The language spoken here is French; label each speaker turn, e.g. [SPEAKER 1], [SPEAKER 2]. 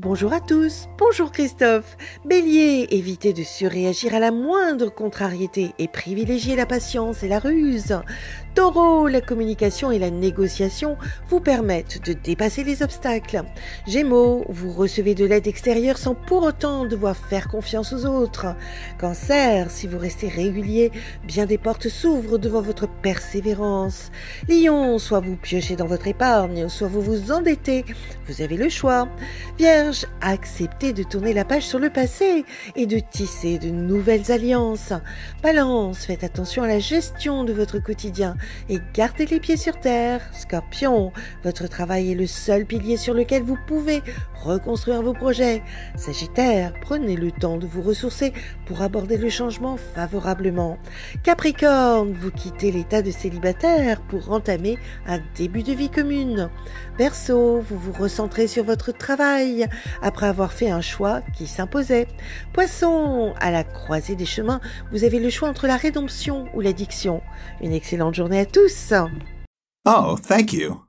[SPEAKER 1] Bonjour à tous, bonjour Christophe. Bélier, évitez de surréagir à la moindre contrariété et privilégiez la patience et la ruse. Taureau, la communication et la négociation vous permettent de dépasser les obstacles. Gémeaux, vous recevez de l'aide extérieure sans pour autant devoir faire confiance aux autres. Cancer, si vous restez régulier, bien des portes s'ouvrent devant votre persévérance. Lion, soit vous piochez dans votre épargne, soit vous vous endettez. Vous avez le choix. Vierge, acceptez de tourner la page sur le passé et de tisser de nouvelles alliances. Balance, faites attention à la gestion de votre quotidien et gardez les pieds sur terre. Scorpion, votre travail est le seul pilier sur lequel vous pouvez reconstruire vos projets. Sagittaire, prenez le temps de vous ressourcer pour aborder le changement favorablement. Capricorne, vous quittez l'état de célibataire pour entamer un début de vie commune. Verseau, vous vous recentrez sur votre travail après avoir fait un choix qui s'imposait. Poisson, à la croisée des chemins, vous avez le choix entre la rédemption ou l'addiction. Une excellente journée à tous.
[SPEAKER 2] Oh, thank you.